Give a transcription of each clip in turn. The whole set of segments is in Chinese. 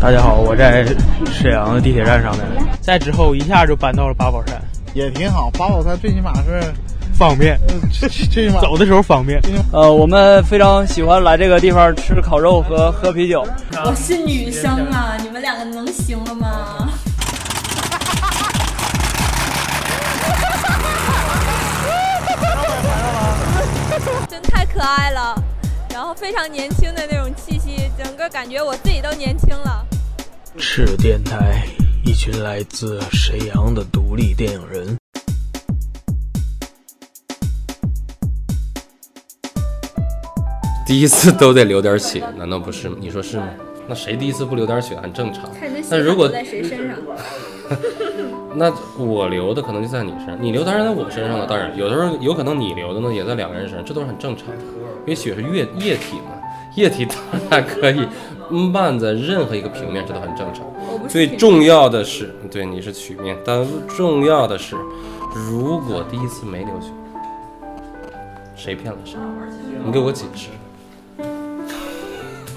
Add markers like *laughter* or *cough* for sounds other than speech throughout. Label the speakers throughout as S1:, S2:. S1: 大家好，我在沈阳的地铁站上面。再之后一下就搬到了八宝山，
S2: 也挺好。八宝山最起码是，
S1: 方便，
S2: 呃最最起码
S1: 走的时候方便。
S3: 呃，我们非常喜欢来这个地方吃烤肉和喝啤酒。
S4: 我是女生啊，你们两个能行了吗？
S5: *laughs* 真太可爱了，然后非常年轻的那种气息，整个感觉我自己都年轻了。
S1: 赤电台，一群来自沈阳的独立电影人。
S6: 第一次都得流点血，难道不是吗？你说是吗？那谁第一次不流点血很正常。
S4: 看这
S6: 那如果
S4: 在谁身上？
S6: 那我流的可能就在你身上，你流当然在我身上了，当然有的时候有可能你流的呢也在两个人身上，这都是很正常的，因为血是液液体嘛，液体当然可以漫在任何一个平面，这都很正常。
S4: 我不是
S6: 最
S4: 挺
S6: 重要的是，对你是曲面，但重要的是，如果第一次没流血，谁骗了谁？你给我解释，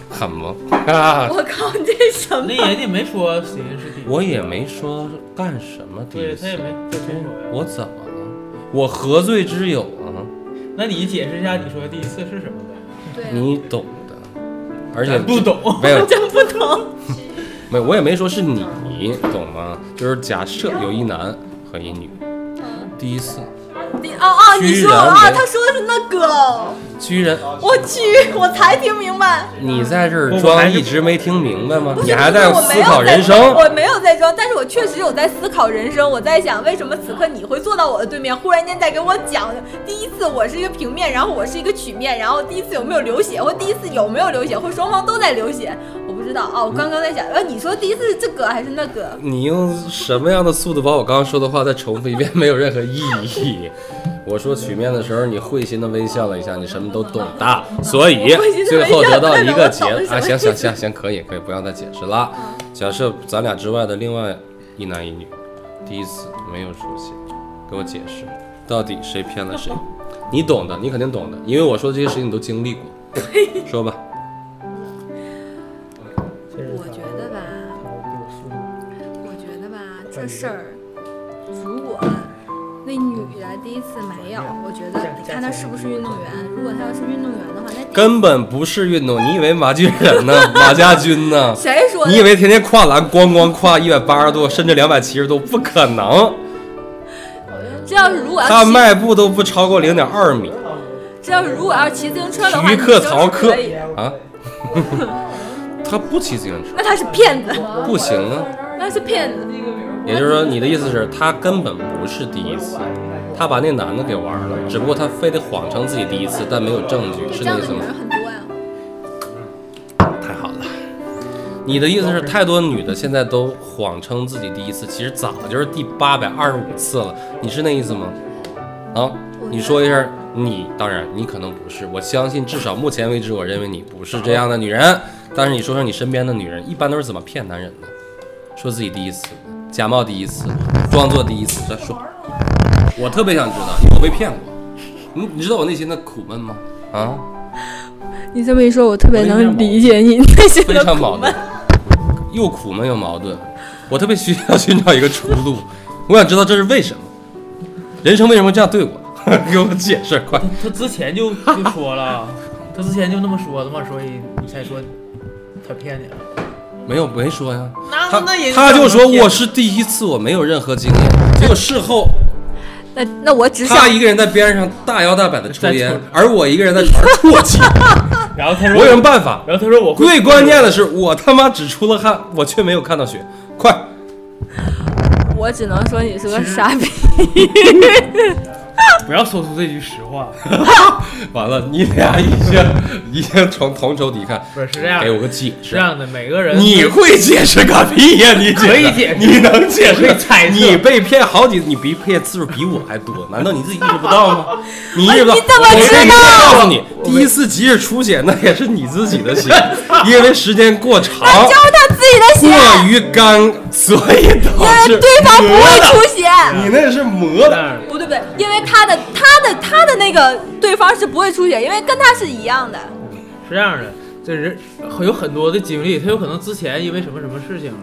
S6: 很萌啊！
S4: 我靠，这什么？
S1: 那人家没说谁是第一，
S6: *laughs* 我也没说干什么第一
S1: 对
S6: 次
S1: 他也，没他没说呀。
S6: 我怎么了？我何罪之有啊？
S1: 那你解释一下，你说第一次是什么呗？
S4: 对，啊
S6: 你懂的，而且
S1: 不懂，
S6: 没有
S4: 真不懂。
S6: 没有，我也没说是你，懂吗？就是假设有一男和一女，
S5: 嗯
S6: 第一次
S4: 你哦哦，你说
S6: 居然
S4: 啊，
S6: 没
S4: 他说的是那个，
S6: 居然
S4: 我去，我才听明白。
S6: 你在这
S1: 我
S6: 儿
S1: 我还
S6: 装
S1: 是
S6: 一直没听明白吗？
S5: 不是
S6: 你还在
S5: 不是我没
S6: 思
S5: 有
S6: 考人生？
S5: 我没有在装，但是我确实有在思考人生。我在想，为什么此刻你会坐到我的对面，忽然间在给我讲第一次我是一个平面，然后我是一个曲面，然后第一次有没有流血，或第一次有没有流血，或双方都在流血，我不知道啊。我刚刚在想，呃，你说第一次是这个还是那个？
S6: 你用什么样的速度把我刚刚说的话再重复一遍，没有任何意义。我说曲面的时候，你会心的微笑了一下，你什么都懂的，所以
S5: 我会心地
S6: 最后
S5: 微
S6: 得
S5: 笑
S6: 到一个结
S5: 我懂了
S6: 啊，
S5: 什么
S6: 行行行行，可以可以，不要再解释了。假设咱俩之外的另外一男一女，第一次没有出现，给我解释，到底谁骗了谁？你懂的，你肯定懂的，因为我说的这些事情你都经历过。
S5: *laughs*
S6: 说吧，
S4: 我觉得吧，我觉得吧，这事儿如果那女的第一次没有，我觉得得看她是不是运动员。如果她要是运动员的话，那第
S6: 根本不是运动，你以为马巨人呢？马家军
S5: *laughs*
S6: 呢？
S5: 谁说的？
S6: 你以为天天跨栏咣咣跨一百八十度，甚至两百七十度？不可能，
S5: 啊这要是如果要
S6: 他
S5: 骑，
S6: 迈步都不超过零点二米。
S5: 这要是如果要骑自行车的话，
S6: 徐
S5: 你
S6: 克、
S5: 就是
S6: 曹
S5: 可
S6: 克
S5: 以。
S6: 啊，他不骑自行车，
S5: 那他是骗子，
S6: 不行啊。
S5: 那是骗子。
S6: 也就是说，你的意思是，他根本不是第一次，他把那男的给玩了，只不过他非得谎称自己第一次，但没有证据，是
S4: 这
S6: 那
S4: 样
S6: 意
S4: 的
S6: 思
S4: 女
S6: 吗？
S4: 人很多呀、
S6: 太好了。你的意思是，太多女的现在都谎称自己第一次，其实早就是第八百二十五次了。你是那意思吗？啊，你说一下，你当然你可能不是，我相信至少目前为止，我认为你不是这样的女人。但是你说说你身边的女人，一般都是怎么骗男人的？说自己第一次，假冒第一次，装作第一次。再说，我特别想知道，因为我被骗过。你你知道我内心的苦闷吗？啊，
S5: 你这么一说，我特别能理解你内心
S6: 非
S5: 的
S6: 常
S5: 苦
S6: 矛
S5: 闷
S6: 盾。，又苦闷又矛盾。我特别需要寻找一个出路，我想知道这是为什么，人生为什么这样对我？ *laughs* 给我解释，快！
S1: 他之前 *laughs* 就就说了，他之前就那么说的嘛，所以你才说他骗你了。啊
S6: 没有没说呀，
S1: 那
S6: 他
S1: 那也
S6: 他就说
S1: 骗
S6: 我是第一次，我没有任何经验。结果事后
S5: 那那我只想
S6: 他一个人在边上大摇大摆的抽
S1: 在
S6: 烟
S1: 抽，
S6: 而我一个人在床上啜泣，
S1: 然后他
S6: 我有什么办法？
S1: 然后他说我
S6: 最关键的是，我他妈只出了汗，我却没有看到血。快，
S5: 我只能说你是个傻逼。
S1: 不要说出这句实话，
S6: 完了，你俩已经已经从同仇敌忾。
S1: 不是是这样的，
S6: 给我个解
S1: 是这啊
S6: 释。
S1: 样的，每个人
S6: 你会解释个屁呀！你
S1: 可以解释
S6: 你能解释
S1: 我可以猜测
S6: 你被骗好几，你被骗次数比我还多，难道你自己意识不到
S5: *laughs*
S6: 吗？你意识不到？
S5: 你怎么
S6: 我
S5: 知道
S6: 跟你告诉你，第一次即使出血，那也是你自己的
S5: *laughs*
S6: 血，因为时间过长，
S5: 就是他自己的血，
S6: 过于干，所以导
S5: 因
S6: 致
S5: 为对方不会出血，
S6: 你那是磨的。
S1: 但
S5: 不对不对，因为他的他的他的那个对方是不会出血，因为跟他是一样的。
S1: 是这样的，这人很有很多的经历，他有可能之前因为什么什么事情，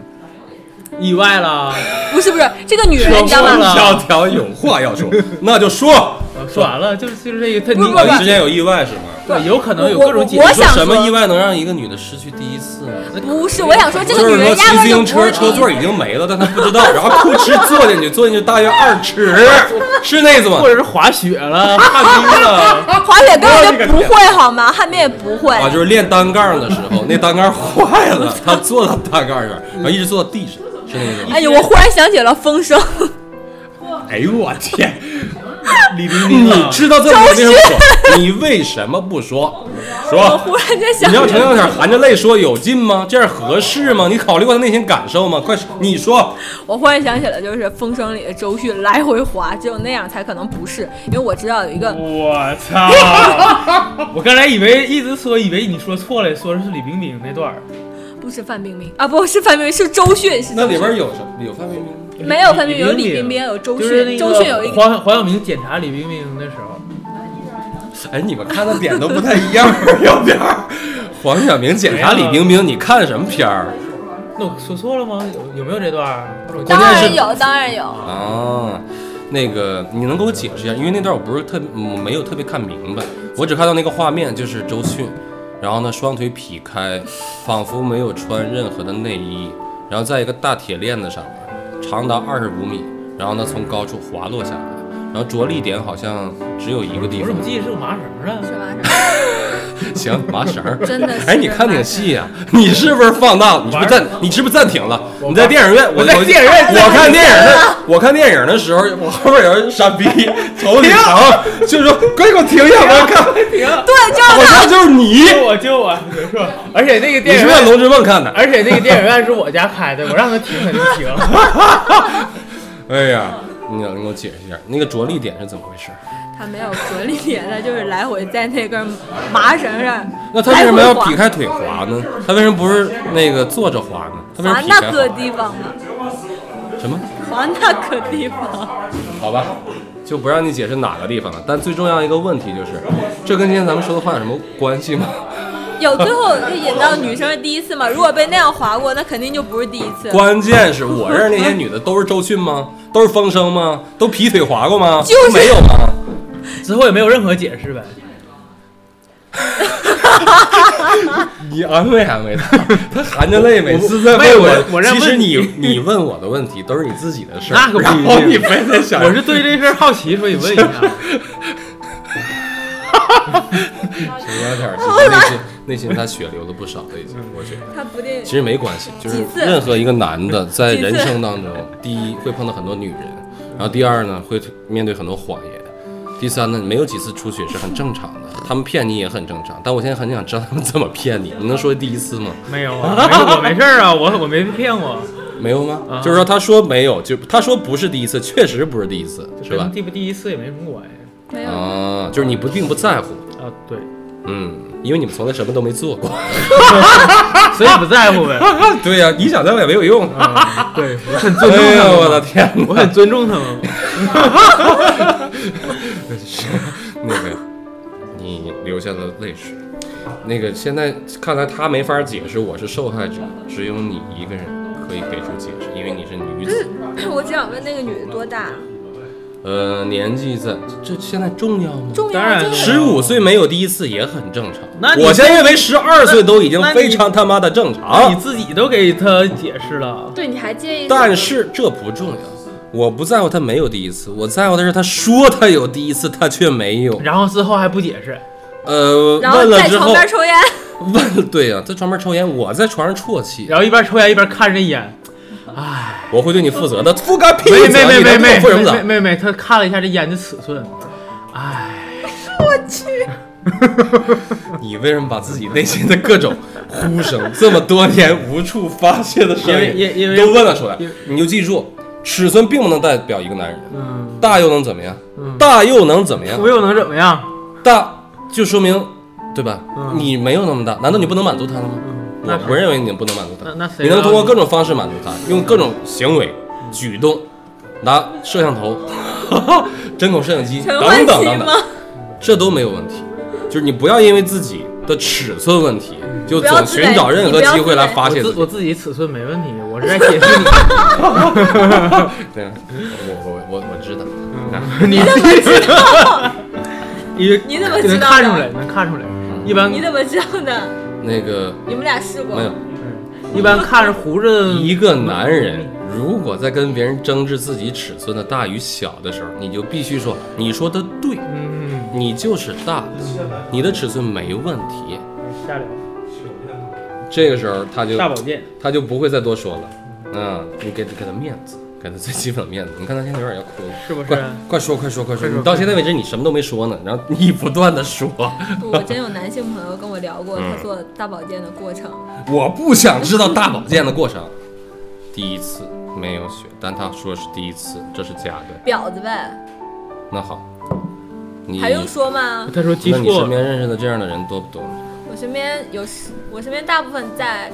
S1: 意外啦，
S5: 不是不是，这个女人
S1: 说
S5: 你知道
S1: 过了
S5: 吗？
S6: 条条有话要说，那就说。
S1: 呃说完了就就是这个他
S5: 不
S1: 你
S5: 不不
S6: 之间有意外是吗？
S1: 对有可能有
S5: 我
S1: 各种解
S5: 我
S1: 释
S5: 我。想
S6: 什么
S5: 说
S6: 意外能让一个女的失去第一次呢？
S5: 不是，我想说这
S6: 就
S5: 个
S6: 是
S5: 女
S6: 说
S5: 人压
S6: 骑自
S5: 根就
S6: 行
S5: 不
S6: 车
S5: 是
S6: 车
S5: 第一
S6: 座已经没了，但她不知道，然后裤哧坐进去，坐进去大约二尺，是那种吗
S5: *laughs*
S1: 或？者是滑雪了、旱冰了，
S5: 滑雪根本就不会好吗？旱冰也不会。
S6: 啊，就是练单杠的时候，那单杠坏了，她坐到单杠上，然后一直坐到地上，是那种。
S5: 哎呦，我忽然想起了风
S6: *laughs*
S5: 声，
S6: 哎呦我天！
S1: 李冰冰
S6: 你
S1: 了，
S6: 知道这么为什么不说？你为什么不说？
S5: 我
S6: 说。
S5: 忽然间想
S6: 你
S5: 起
S6: 让程小点含着泪说有劲吗？这样合适吗？你考虑过她内心感受吗？快，你说，
S5: 我忽然想起了，就是《风声》里的周迅来回滑，只有那样才可能不是，因为我知道有一个
S1: 我操！我刚才以为一直说，以为你说错了，说的是李冰冰那段儿。
S5: 不是范冰冰啊，不是范冰冰，是周迅，是周
S6: 那
S5: 迅
S6: 里边有什么？有范冰冰吗？
S5: 没有范冰冰，有李冰冰，有周
S1: 就是那
S5: 迅，
S1: 个
S5: 周迅有一个
S1: 黄黄晓明检查李冰冰的时候，
S6: 哎，你们看的点都不太一样，啊有点儿。黄晓明检查李冰冰，你看什么片儿
S1: 那我说错了吗？有有没有这段儿？我
S6: 关
S5: 当
S6: 键是
S5: 然有，当
S6: *laughs*
S5: 然有。
S6: 啊？那个，你能给我解释一下？因为那段我不是特，我没有特别看明白，我只看到那个画面，就是周迅，然后呢，双腿劈开，仿佛没有穿任何的内衣，然后在一个大铁链子上面，长达二十五米，然后呢，从高处滑落下来，然后着力点好像只有一个地
S1: 我
S6: 方
S1: 怎么，记得是个麻绳啊？
S6: *laughs*
S5: 是吧？
S6: 行，麻绳儿。
S5: 真的是。
S6: 哎，你看挺细呀、你是不是放大了？你是不是暂？你是不是暂停了？你在电影院，我
S1: 我在电影院
S6: 我看电影的，我看电影的时候，我后面有人傻
S1: *laughs*
S6: 逼瞅李长，就说：“快给我停下，我要看。
S1: 停！
S5: 对，就”
S6: 我
S5: 是
S6: 看就是你，
S1: 救我救我！没错， *laughs* 而且那个
S6: 你
S1: 电
S6: 是
S1: 影
S6: 不是在《
S1: 院，哎
S6: 龙之梦》看的？
S1: 而且那个电影院是我家开的，我让他停他就停。
S6: 哎呀，你要给我解释一下那个着力点是怎么回事？
S5: 他没有隔离点，他就是来回在那根麻绳上。
S6: 那他为什么要劈开腿滑呢？他为什么不是那个坐着滑呢？他为什么
S5: 滑
S6: 劈开
S5: 那
S6: 滑
S5: 个地方嘛，
S6: 什么？
S5: 滑那个地方。
S6: 好吧，就不让你解释哪个地方了。但最重要一个问题就是，这跟今天咱们说的话有什么关系吗？
S5: 有最后就引到女生的第一次嘛？如果被那样划过，那肯定就不是第一次。
S6: 关键是我认识那些女的都是周迅吗？都是风声吗？都劈腿划过吗？
S5: 就是
S6: 都没有吗？
S1: 之后也没有任何解释呗。
S6: 你安慰安慰她，她含着泪每次在
S1: 没有
S6: 问
S1: 我我让
S6: 其实
S1: 问
S6: 你
S1: 你
S6: 你问我的问题都是你自己的事儿，
S1: 那可不一定
S6: 然后你非得想，
S1: 我是对这事儿好奇，所以问一下。
S6: 陈小点，其实内心内心她血流了不少了已经，我觉得。
S5: 他不定
S6: 其实没关系，就是
S5: 几次
S6: 任何一个男的在
S5: 几次
S6: 人生当中，第一会碰到很多女人，然后第二呢会面对很多谎言，第三呢没有几次出血是很正常的，他们骗你也很正常。但我现在很想知道他们怎么骗你，你能说第一次吗？
S1: 没有啊，没有我没事儿啊，我我没被骗过，
S6: 没有吗？
S1: 啊
S6: 就是说他说没有，就他说不是第一次，确实不是第一次，是吧
S1: 跟？第不第一次也没什么关系
S5: 没有。 *laughs*
S6: 啊，就是你不并不在乎，
S1: 啊。对，
S6: 嗯，因为你们从来什么都没做过。
S1: 所以不在乎呗。
S6: *laughs* 对呀、你想在乎也没有 *laughs* 用。
S1: 啊对，我很
S6: 哎
S1: 尊重他
S6: 呀，
S1: 们，
S6: 我的天哪！
S1: 我很尊重他们。
S6: 是那个，你流下了泪水。那个，现在看来他没法解释我是受害者，只有你一个人可以给出解释，因为你是女子。
S5: 我只想问那个女的多大？
S6: 呃，年纪在这现在重要吗？
S5: 嗯重要
S1: 当然
S5: 就是
S6: 十五岁没有第一次也很正常。
S1: 那你
S6: 我现在认为十二岁都已经
S1: 那你
S6: 非常他妈的正
S1: *laughs* 你
S6: 常，
S1: 自己都给他解释了，
S5: 对，你还介意？
S6: 但是这不重要。我不在乎他没有第一次，我在乎的是他说他有第一次，他却没有。
S1: 然后之后还不解释，
S6: 呃，
S5: 然后
S6: 问了
S5: 在
S6: 之
S5: 床
S6: 后，
S5: 边抽烟，
S6: 问对呀、在床边抽烟，我在床上啜泣。
S1: 然后一边抽烟一边看着烟，唉，
S6: 我会对你负
S1: *laughs*
S6: 责的，负个屁
S1: 没没
S6: 责！
S1: 没没
S6: 你能对
S1: 没
S6: 我负什么
S1: 没
S6: 责？
S1: 没没，他看了一下这烟的尺寸，唉，
S6: 你为什么把自己内心的各种呼声，这么多年无处发泄的声
S1: 因为因
S6: 音，
S1: 为
S6: 都问了出来
S1: 因为？
S6: 你就记住，尺寸并不能代表一个男人，
S1: 嗯，
S6: 大又能怎么样？
S1: 嗯
S6: 大又能怎么样
S1: 我？又能怎么样？
S6: 大就说明，对吧？
S1: 嗯
S6: 你没有那么大，难道你不能满足他了吗？
S1: 那
S6: 我
S1: 是
S6: 不认为你不能满足他
S1: 那，那谁
S6: 你能
S1: 让嗯
S6: 通过各种方式满足他，用各种行为、举动，拿摄像头、 *laughs* 针孔摄像机
S5: 陈 *laughs*
S6: 等
S5: 欢
S6: 等
S5: 喜
S6: 等等
S5: 吗？。
S6: 这都没有问题，就是你不要因为自己的尺寸问题就
S5: 不要
S6: 总
S5: 自卑
S6: 寻找任
S5: 你
S6: 何
S5: 不要
S6: 机会
S5: 自
S6: 来
S5: 卑
S6: 发
S1: 我
S6: 泄
S1: 自
S6: 自己
S1: 我。自己尺寸没问题，我是在解释你。
S6: 对，啊我我我我知道。
S1: 你
S5: 怎么知道？
S1: 你
S5: 你怎么
S1: 能
S5: 知道
S1: 看出
S5: 的
S1: 来，能看出来。一般
S5: 你怎么知道
S6: *laughs*
S5: 的？
S6: 那个
S5: 你们俩试过？
S6: 没有，
S1: 一般看着胡子，
S6: 一个男人如果在跟别人争执自己尺寸的大与小的时候，你就必须说你说的对，
S1: 嗯，
S6: 你就是大的，你的尺寸没问题。
S1: 下聊
S6: 这个时候他就
S1: 大保健，
S6: 他就不会再多说了。嗯，你给给他面子，给他最基本的面子。你看他现在有点要哭了，
S1: 是不是啊
S6: 快快说，快说，快说！
S1: 快说
S6: 你到现在为止你什么都没说呢，然后你不断的说，
S5: 不，我真有男性朋友跟我聊
S6: 嗯
S5: 过他做大保健的过程。
S6: 我不想知道大保健的过程。第一次没有血，但他说是第一次，这是假的。
S5: 婊子呗，
S6: 那好，你
S5: 还用说吗？
S1: 他说记
S6: 那你
S1: 错
S6: 身
S1: 了，
S6: 边认识的这样的人多不多？
S5: 我身边有十，我身边大部分在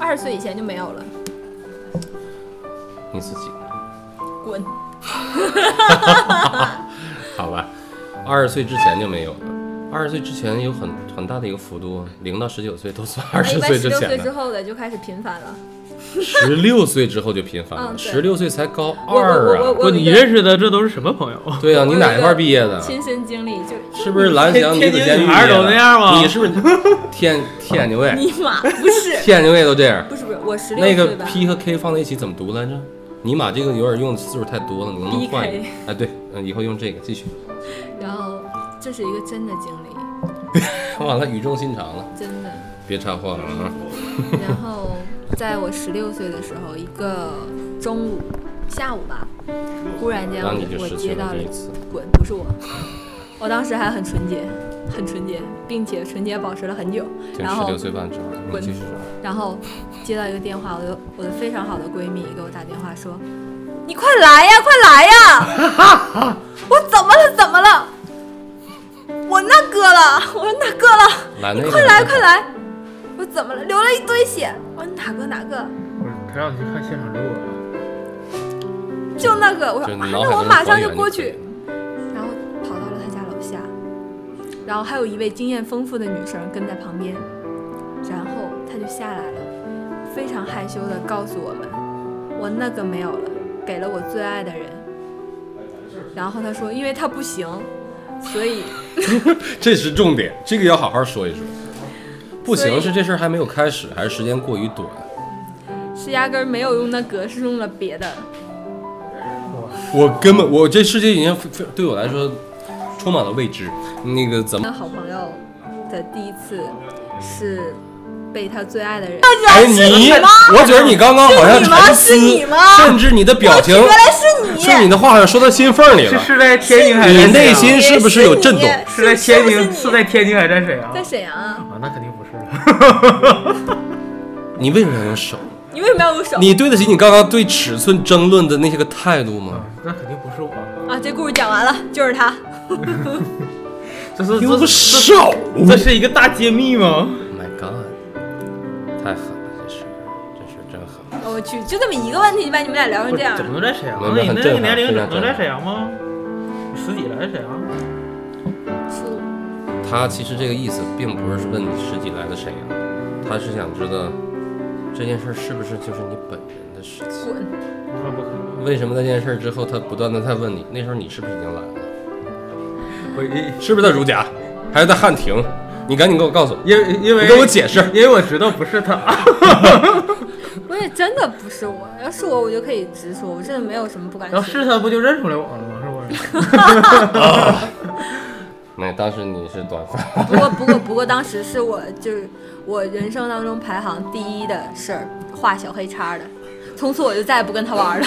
S5: 二十岁以前就没有了。
S6: 你自己呢
S5: 滚！
S6: 好吧，二十岁之前就没有了。二十岁之前有很很大的一个幅度，零到十九岁都算二
S5: 那
S6: 十
S5: 一般
S6: 岁
S5: 啊十
S6: 之
S5: 六
S6: 前
S5: 岁
S6: 的
S5: 之。后的就开始频繁了。
S6: 十六岁之后就频繁了，
S5: 嗯
S6: 十
S5: 对
S6: 六岁才高
S5: 我我
S6: 二
S5: 我
S6: 啊！
S5: 我
S1: 不，
S5: 有一
S1: 你
S5: 个
S1: 认识的这都是什么朋友？
S6: 对啊，
S5: 我
S6: 你
S5: 有
S6: 哪一
S5: 一
S6: 块
S5: 个
S6: 毕业的？
S5: 亲身经历就是
S6: 是不是蓝翔女
S1: 天
S6: 子
S1: 天津
S6: 监狱
S1: 女孩
S6: 毕业
S1: 都
S6: 的
S1: 那样吗
S6: 你是不是天天津
S5: *laughs*
S6: 卫？
S5: 尼玛，不是
S6: 天津卫都这样。
S5: 不是不是，我十六
S6: 那
S5: 岁
S6: 个
S5: 吧。
S6: P 和 K 放在一起怎么读来着？尼玛，这个有点用的次数太多了，你能不能换一个
S5: BK？
S6: 哎，对，嗯，以后用这个继续。
S5: 然后这是一个真的经历，
S6: 完了，语重心长了，
S5: 真的。
S6: 别插话了啊！
S5: 然后在我十六岁的时候，一个中午下午吧，忽然间
S6: 然后你就
S5: 我
S6: 失去
S5: 接
S6: 了
S5: 到
S6: 这
S5: 了
S6: 一次。
S5: 滚，不是我，我当时还很纯洁，很纯洁，并且纯洁保持了很久。
S6: 这
S5: 然
S6: 十
S5: 后
S6: 六岁半之后，你
S5: 滚
S6: 继续说。
S5: 然后接到一个电话，我的我的非常好的闺蜜给我打电话说：“你快来呀，快来呀！ *laughs* 我怎么了？怎么了？我那个了，我说那个了，
S6: 来，那
S5: 你
S6: 个
S5: 快来快！来！我怎么了？流了一堆血。我说哪个哪个？
S1: 不是，他让你去看现场直播，
S5: 就那个。我
S6: 就
S5: 说啊，
S6: 脑海
S5: 那我
S6: 中
S5: 马上
S6: 还原
S5: 就过
S6: 就可以
S5: 去。然后跑到了他家楼下，然后还有一位经验丰富的女生跟在旁边，然后他就下来了，非常害羞的告诉我们，我那个没有了，给了我最爱的人。然后他说，因为他不行，所以
S6: 这是重点，这个要好好说一说。不
S5: 所
S6: 行，
S5: 以
S6: 是这事儿还没有开始，还是时间过于短？
S5: 是压根儿没有用那个，是用了别的。
S6: 我根本，我这世界已经非非对我来说充满了未知。那个怎么
S5: 那？好朋友的第一次是被他最爱的人，
S6: 哎，你，我觉得你刚刚好像
S5: 是你吗
S6: 沉思
S5: 是你吗
S6: 甚至你的表情
S5: 原来是你，
S6: 是你的话好像说到心缝里了。
S1: 是在天津还
S6: 你
S1: 沈
S6: 内
S1: 阳
S6: 心是不是有震动
S5: 是
S1: 是在
S5: 你
S1: 天
S5: 是
S1: 津，
S5: 不是
S1: 是
S5: 你
S1: 在天津还是在沈阳？
S5: 在沈阳啊？
S1: 啊，那肯定不是了。
S6: 你为什么要用手？
S5: 你为什么要用手？
S6: 你对得起你刚刚对尺寸争论的那些个态度吗？
S1: 那肯定不是我，
S5: 啊，这故事讲完了，就是他。
S1: 这是
S6: 用
S1: 这
S6: 手
S1: 这这是一个大揭秘吗？
S6: ！My God，太狠了，这是，这是真狠。
S5: 我去，就这么一个问题就把你们俩聊成
S1: 不
S5: 这
S1: 是
S5: 样
S1: 怎么
S5: 了。
S1: 能在沈阳
S6: 那
S1: 呢？你
S6: 很
S1: 那
S6: 震
S1: 个年
S6: 撼
S1: 龄
S6: 非常
S1: 怎么能
S6: 震
S1: 在
S6: 撼
S1: 沈阳吗？你十几了在沈阳？
S6: 他其实这个意思并不是问你十几来的沈阳，他是想知道这件事儿是不是就是你本人的事情。
S5: 滚！
S1: 那不可能，
S6: 为什么那件事儿之后，他不断的在问你，那时候你是不是已经来了？
S1: 我因
S6: 是不是在如家，还是在汉庭？你赶紧给我告诉我，
S1: 因因为
S6: 你给我解释。
S1: 因为我知道不是他。
S5: 我也真的不是我，要是我我就可以直说，我真的没有什么不敢
S1: 要
S5: 说。
S1: 是他，不就认出来我了吗？是不是？
S6: *laughs* 那当时你是短发，
S5: 不过不过不过，当时是我就是我人生当中排行第一的事儿，画小黑叉的。从此我就再也不跟他
S6: *laughs*
S5: 玩了，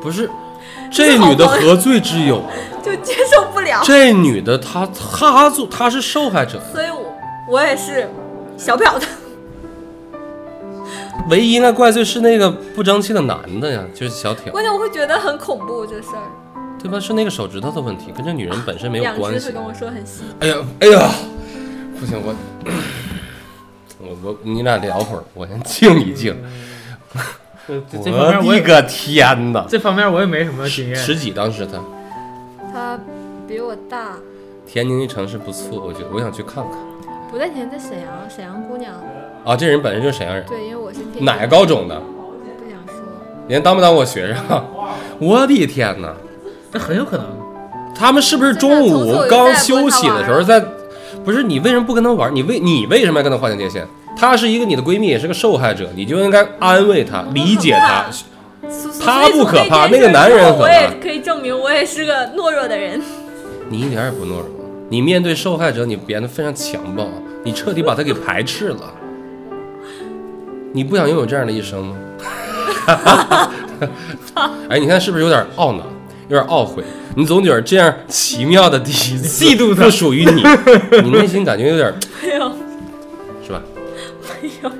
S6: 不
S1: *laughs*
S6: 是。这女的何罪之有？
S1: 哦
S5: 就接受不了。
S6: *laughs* 这女的她她做她是受害者，
S5: 所以我我也是小婊子。
S6: 唯一那怪罪是那个不争气的男的呀，就是小挑，
S5: 关键我会觉得很恐怖这事儿。
S6: 对吧？是那个手指头的问题，跟这女人本身没有
S5: 养
S6: 关
S5: 殖
S6: 系
S5: 会。跟我说很细，
S6: 哎呀，哎呀，不行，我 *clears throat* 我我你俩聊会儿，我先静一静。
S1: 我这这方
S6: 我
S1: 面我
S6: 的
S1: 也
S6: 个天哪！
S1: 这方面我也没什么经
S6: 十
S1: 验。
S6: 十几当时他
S5: 他比我大
S6: 天津这城市不错，我觉得我想去看看。
S4: 不在前，在沈阳，沈阳姑娘。
S6: 啊，这人本身就是沈阳人，
S4: 对，因为我是天
S6: 哪个高中的？
S4: 不想说。
S6: 人家当没当过学生？ *laughs* 我的天哪！
S1: 那很有可能。
S6: 他们是不是中
S5: 真的从此
S6: 午
S5: 我就
S6: 刚
S5: 再也不
S6: 休
S5: 跟他
S6: 息的时候
S5: 玩了
S6: 在？不是你为什么不跟他玩？你为你为什么要跟他划清界限？她是一个你的闺蜜，也是个受害者，你就应该安慰她、理解她。
S5: 所所
S6: 他
S5: 以从
S6: 不可怕
S5: 这件
S6: 那个男人
S5: 事之后
S6: 可
S5: 我
S6: 怕
S5: 也可以证明我也是个懦弱的人。
S6: 你一点也不懦弱，你面对受害者，你变得非常强暴，你彻底把他给排斥了。你不想拥有这样的一生吗？ *laughs* 哎，你看是不是有点懊恼，有点懊悔？你总觉得这样奇妙的第一次
S1: 嫉妒他
S6: 不属于你，你内心感觉有点
S5: 没有，
S6: 是吧？
S5: 没有。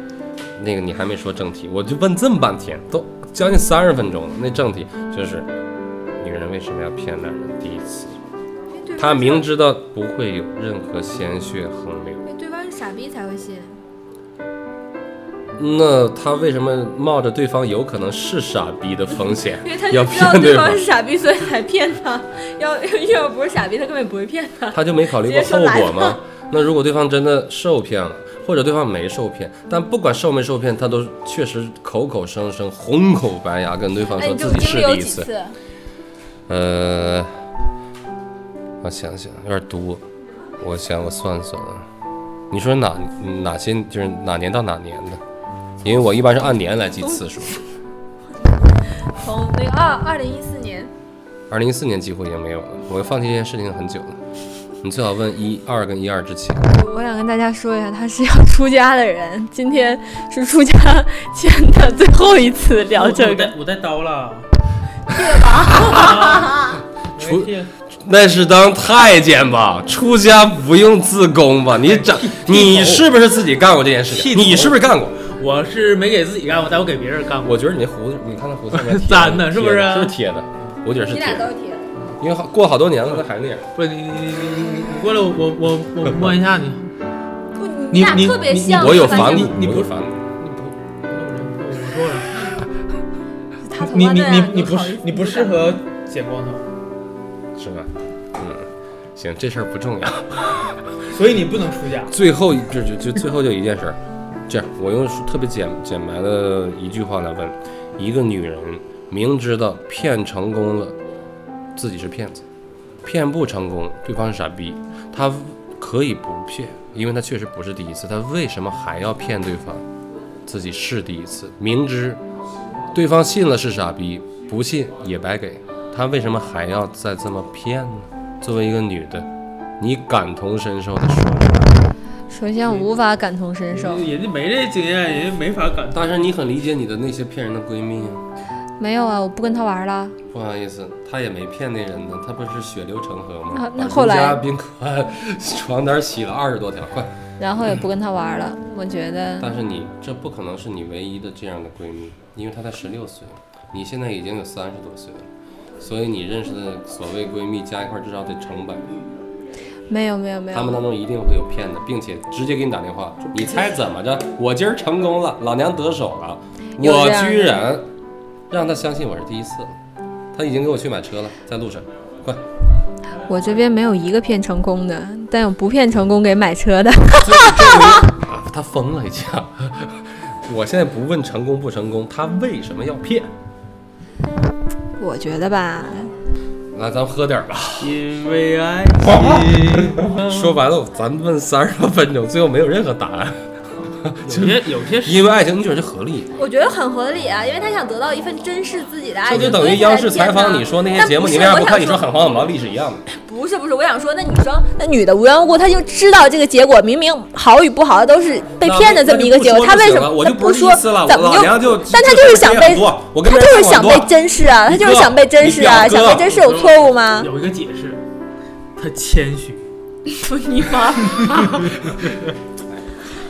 S6: 那个你还没说正题，我就问这么半天，都将近三十分钟了。那正题就是，女人为什么要骗男人第一次？她明知道不会有任何鲜血横流，
S4: 因为对方是傻逼才会信，
S6: 那她为什么冒着对方有可能是傻逼的风险
S5: 因为他
S6: 要
S5: 就知道
S6: 骗对
S5: 方
S6: 方
S5: 是？傻逼，所以才骗他。要要不是傻逼，他根本不会骗他。
S6: 她就没考虑过后果吗？那如果对方真的受骗了，或者对方没受骗，但不管受没受骗，她都确实口口声声、红口白牙跟对方
S5: 哎，
S6: 说
S5: 你这
S6: 自己
S5: 种经
S6: 是
S5: 历有
S6: 第一
S5: 几
S6: 次。
S5: 次？
S6: 呃，我想想，有点多。我想我算算啊，你说哪哪些就是哪年到哪年的？因为我一般是按年来记次数。
S5: 从那个啊
S4: 二二零一四年，
S6: 二零一四年几乎已经没有了，我放弃这件事情很久了。你最好问一二跟一二之前。
S4: 我我想跟大家说一下，他是要出家的人， *laughs* 今天是出家前的最后一次
S6: 哦
S4: 聊这个。
S1: 我带刀了。
S6: 除
S1: 对吧？
S6: 那是当太监吧，出家不用自宫吧？你长，你是不是自己干过这件事情？你是不是干过？
S1: 我是没给自己干过，但我给别人干过。
S6: 我觉得你那胡子，你看那胡子上
S1: *laughs*
S6: 面贴
S1: 粘的是不是啊
S6: 贴的是不是贴的？我觉得是
S5: 你
S6: 贴
S5: 俩
S6: 的
S5: 都，是铁的，
S6: 因为好过好多年了，那还是那样。
S1: 不是你你你你你你过来，我我我我摸一下你。
S5: 不，
S1: 你
S5: 你俩
S1: 你
S5: 特别
S1: 你
S5: 像。
S6: 我有
S5: 是吧
S6: 反
S1: 你
S6: 骨，
S1: 你
S6: 我
S1: 不
S6: 有反骨。
S1: 你不，我不做了。
S5: 他头发
S1: 你你
S5: 那
S1: 你
S5: 样
S1: 你
S5: 就
S1: 不
S5: 好意
S1: 适
S5: 思
S1: 你不适合剪光头，
S6: 是吧？嗯，行，这事儿不重要。
S1: 所以你不能出家。
S6: 最后一就就就最后就一件事儿，这样我用特别简简白的一句话来问：一个女人明知道骗成功了，自己是骗子；骗不成功，对方是傻逼，她可以不骗，因为她确实不是第一次，她为什么还要骗对方？自己是第一次，明知对方信了是傻逼，不信也白给，她为什么还要再这么骗呢？作为一个女的，你感同身受的说。
S4: 首先，我无法感同身受，
S6: 嗯
S1: 人家没这经验，人家没法感动。
S6: 但是你很理解你的那些骗人的闺蜜啊。
S4: 没有啊，我不跟他玩了。
S6: 不好意思，她也没骗那人呢，她不是血流成河吗？
S4: 啊那
S6: 把人
S4: 后来
S6: 家宾馆床单洗了二十多条，快！
S4: 然后也不跟他玩了。我觉得
S6: 但是你这不可能是你唯一的这样的闺蜜，因为她才十六岁，你现在已经有三十多岁了，所以你认识的所谓闺蜜加一块儿至少得成百，
S4: 没有没有没
S6: 她们
S4: 有，
S6: 当中一定会有骗的，并且直接给你打电话，你猜怎么着？我今儿成功了，老娘得手了，
S4: 有
S6: 我
S4: 这样的
S6: 居然让她相信我是第一次，她已经给我去买车了，在路上，快！
S4: 我这边没有一个骗成功的，但有不骗成功给买车的。 *laughs*
S6: 啊，他疯了已经。 *laughs* 我现在不问成功不成功，他为什么要骗？
S4: 我觉得吧，
S6: 来，咱们喝点儿吧。
S1: 因为爱情，
S6: 说白了，咱们问三十多分钟，最后没有任何答案。
S1: 有些有些
S6: 因为爱情，你觉得是合理？
S5: 我觉得很合理啊，因为他想得到一份珍视自己的爱
S6: 这
S5: 情，啊
S6: 就等于央视采访你说那些节目，你为啥不看？你说很黄很毛历史一样的。
S5: 不是不是，我想说，那女生那女的无缘无故，她就知道这个结果，明明好与不好都是被骗的这么一个结果，她为什么
S6: 我
S5: 她
S6: 就
S5: 不
S6: 是
S5: 说
S6: 一次了，我
S5: 怎么
S6: 老娘就
S5: 但她就是想被，
S6: 我跟
S5: 她
S6: 别人
S5: 就是
S6: 说我
S5: 想
S6: 多
S5: 被珍视啊，她就是想被珍视啊，
S6: 你表
S5: 想
S6: 哥
S5: 被珍视有错误吗？
S1: 有一个解释，他谦虚。
S5: 你妈！
S6: *laughs*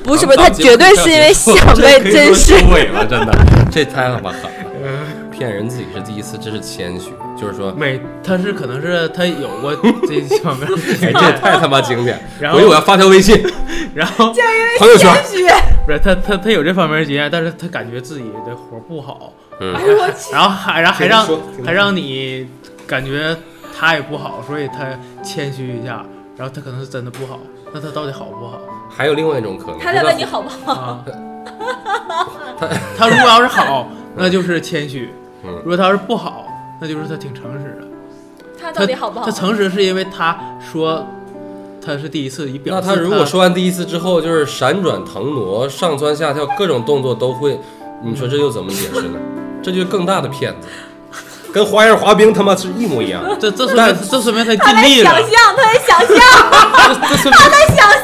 S5: 不是不是，
S6: 咱
S5: 她
S6: 们
S5: 绝对是因为想被珍视
S6: 这可以说。收尾了，真的，这太他妈狠
S1: *laughs*
S6: 了！骗人自己是第一次，这是谦虚，就是说
S1: 嗯没，他是可能是他有过这方面的
S6: 哎，
S1: 经
S6: 这也
S1: 验，
S6: 太他妈经典！
S1: *laughs* 然
S6: 我
S1: 后
S6: 以为我要发条微信，
S1: 然后
S6: 朋友圈。
S1: 不是他他他有这方面的经验，但是他感觉自己的活儿不好，
S6: 嗯，
S1: 然后还然后还
S6: 听
S1: 让
S6: 说听
S1: 还让你感觉他也不好，所以他谦虚一下，然后他可能是真的不好，那他到底好不好
S6: 还有另外一种可能，
S5: 他在问你好不好？
S1: *laughs* 啊？他如果 *laughs* 要是好，那就是谦虚；
S6: 嗯
S1: 如果他要是不好，那就是他挺诚实的。
S5: 他
S1: 他
S5: 到底好不好
S1: 他？
S5: 啊
S1: 诚实是因为他说他是第一次，以表
S6: 那
S1: 示
S6: 他如果说完第一次之后，就是闪转腾挪、上蹿下跳，各种动作都会，你说这又怎么解释呢？这就是更大的骗子，跟花样滑冰他妈是一模一样。
S1: 这这说
S6: 但
S1: 明这说明他
S5: 他
S1: 尽
S5: 在
S1: 力
S5: 想
S1: 了，
S5: 象，他在想象，
S1: 这这说明
S5: 他在想象，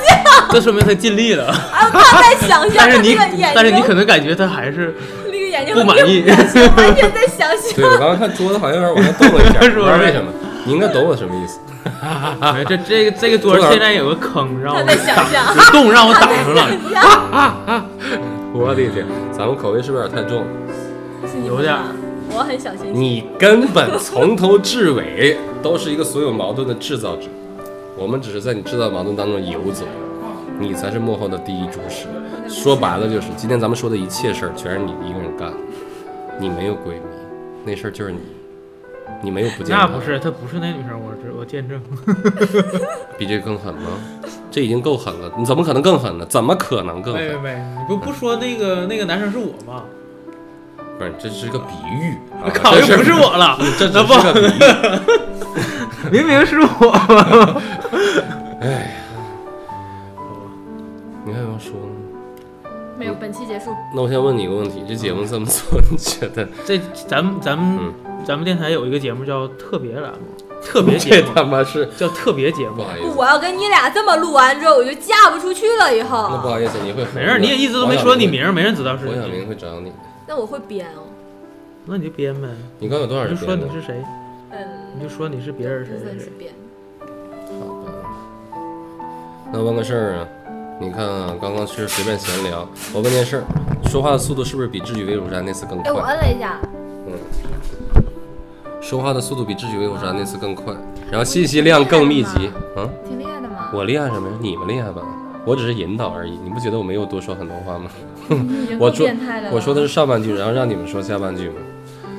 S1: 这说明他尽力
S5: *laughs*
S1: 了。
S5: 啊他在
S6: *laughs*
S5: 想象，
S1: 但是
S5: 他
S1: 你
S5: 那个眼睛，
S1: 但是你可能感觉他还是
S5: 那个眼睛
S1: 不
S5: 很
S1: 满意
S5: 硬但是完全在想象。
S6: 对我刚刚看桌子好像有点往下动了一下，
S1: *laughs*
S6: 不
S1: 是不是
S6: 知道为什么。你应该懂我什么意思。
S1: *laughs* 哎这这个这个桌
S6: 这个
S1: 现在有个坑让我
S5: 他在想象
S6: *laughs*
S1: 有洞让我挡上
S5: *laughs*
S1: 了，
S6: 我的天，嗯咱们口味是不是有点太重？
S5: 是你
S1: 有点儿
S5: 吗，我很小心翼翼。
S6: 你根本从头至尾都是一个所有矛盾的制造者，我们只是在你制造矛盾当中游走，你才是幕后的第一主使。说白了就是，今天咱们说的一切事儿，全是你一个人干，你没有闺蜜，那事儿就是你，你没有不
S1: *laughs*
S6: 健
S1: 那
S6: 康，
S1: 不是他不是那女生，我知我见证。
S6: 比这更狠吗？这已经够狠了，你怎么可能更狠呢？怎么可能更
S1: 喂喂
S6: 狠？
S1: 喂，你不不说那个那个男生是我吗？
S6: 不是，这是个比喻啊，
S1: *laughs* 靠，
S6: 这
S1: 又不是，我了，
S6: 这只
S1: 那
S6: 是
S1: 不
S6: 个比
S1: *laughs*
S6: 喻。
S1: 明明是我。
S6: 你还有要说呢？
S5: 没有，本期结束。
S6: 那我先问你一个问题，这节目这么做，你觉
S1: *laughs*
S6: 得
S1: 这咱们咱们、
S6: 嗯
S1: 咱们电台有一个节目叫特别栏 *laughs* 目，特别节
S6: 这
S1: 目
S6: 他妈是
S1: 叫特别节
S6: 不
S1: 目。
S6: 好意思
S5: 不，？我要跟你俩这么录完之后，我就嫁不出去了。以
S6: 那不
S5: 后，
S6: 好意思，你会很
S1: 没事，你也一直都没说你。名，没人知道是
S6: 王小明会王小
S1: 你。
S6: 明会找你的，
S5: 那我会编哦。
S1: 那你就编呗，
S6: 你刚有多少
S1: 你就
S6: 人
S1: 说
S6: 编的
S1: 你？是谁，
S5: 嗯，
S1: 你就说你是别人谁
S5: 真
S1: 谁
S5: 的
S1: 谁
S5: 是。编。
S6: 好吧那问个事儿啊，你看啊，刚刚是随便闲聊，我问件事儿，说话的速度是不是比《智取威虎山》那次更
S5: 哎，我
S6: 快？
S5: 摁了一下，
S6: 说话的速度比《智取威虎山》那次更快，
S5: 嗯
S6: 然后信息量更密集。嗯，
S5: 挺厉害的嘛。
S6: 我厉害什么呀？你们厉害吧？我只是引导而已，你不觉得我没有多说很多话吗？ *laughs*
S5: 你已经够
S6: 我说
S5: 嗯变态的了。
S6: 我说的是上半句，然后让你们说下半句吗？
S5: 嗯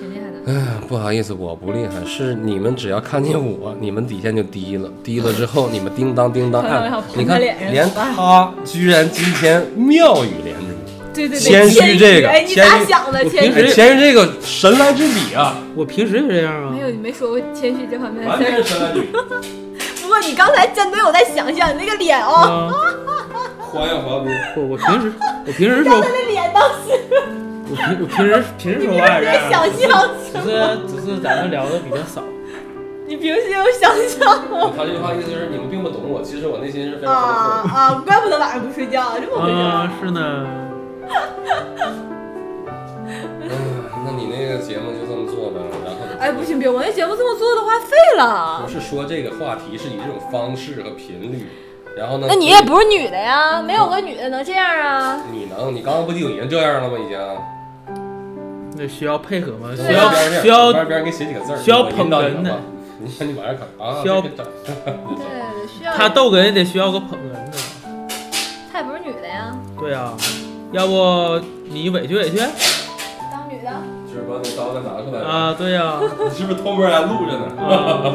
S5: 挺厉害的。
S6: 啊不好意思，我不厉害，是你们只要看见我，你们底线就低了，低了之后你们叮当叮当
S5: 朋友要
S6: 按
S5: 扑，
S6: 你看
S5: 他脸上
S6: 连他居然今天妙语连珠，
S5: 对对对，
S6: 谦虚这个
S5: 哎，你
S6: 谦
S5: 咋
S6: 虚
S5: 想的？
S1: 我
S5: 谦
S1: 平
S5: 虚
S1: 时
S6: 哎前面这个神来之笔啊，
S1: 我平时也这样啊
S5: 没。有，你没说过谦虚这方面
S6: 完
S5: 的
S6: 全
S5: 事儿。
S6: 是神来 *laughs* 之笔，
S5: 不过你刚才真的有在想象你那个脸
S6: 嗯
S5: 哦，
S1: 啊，
S6: 花样滑冰。
S1: 我我平时我平时
S5: 他
S1: 说
S5: 那脸当时
S1: 我平我平时平时说话也这
S5: 在
S1: 样
S5: 想
S1: 啊，
S5: 象，
S1: 只是只是咱们聊的比较
S5: *laughs*
S1: 少。
S5: 你平时有想象吗？
S6: 他这句话意思就是你们并不懂我，其实我内心是非
S5: *laughs* 啊
S6: 常困惑。
S5: 啊，怪不得晚上不睡觉，这么回事儿。
S1: 啊，是呢。
S6: 嗯，那你那个节目就这么做吧，然后
S5: 哎，不行，别，我那节目这么做的话费
S6: 不
S5: 了。
S6: 是说这个话题是以这种方式和频率，然后呢？
S5: 那你也不是女的呀，没有个女的能这样啊？
S6: 你能？你刚刚不就已经这样了吗？已经。
S1: 那需要配合吗？需
S6: 需
S1: 要
S6: 要
S1: 需要
S6: 边边给写几个字
S1: 需要捧哏的。
S6: 你看你往上看啊，
S1: 需要
S6: 这个整
S5: 对，需要
S1: 他逗哏也得需要个捧哏的。
S5: 她也不是女的呀，
S1: 对啊，要不你委屈委屈
S5: 当女的。
S6: 就是把那刀再拿出来。
S1: 啊？对呀、
S6: 你是不是偷摸还录着呢？
S1: 啊，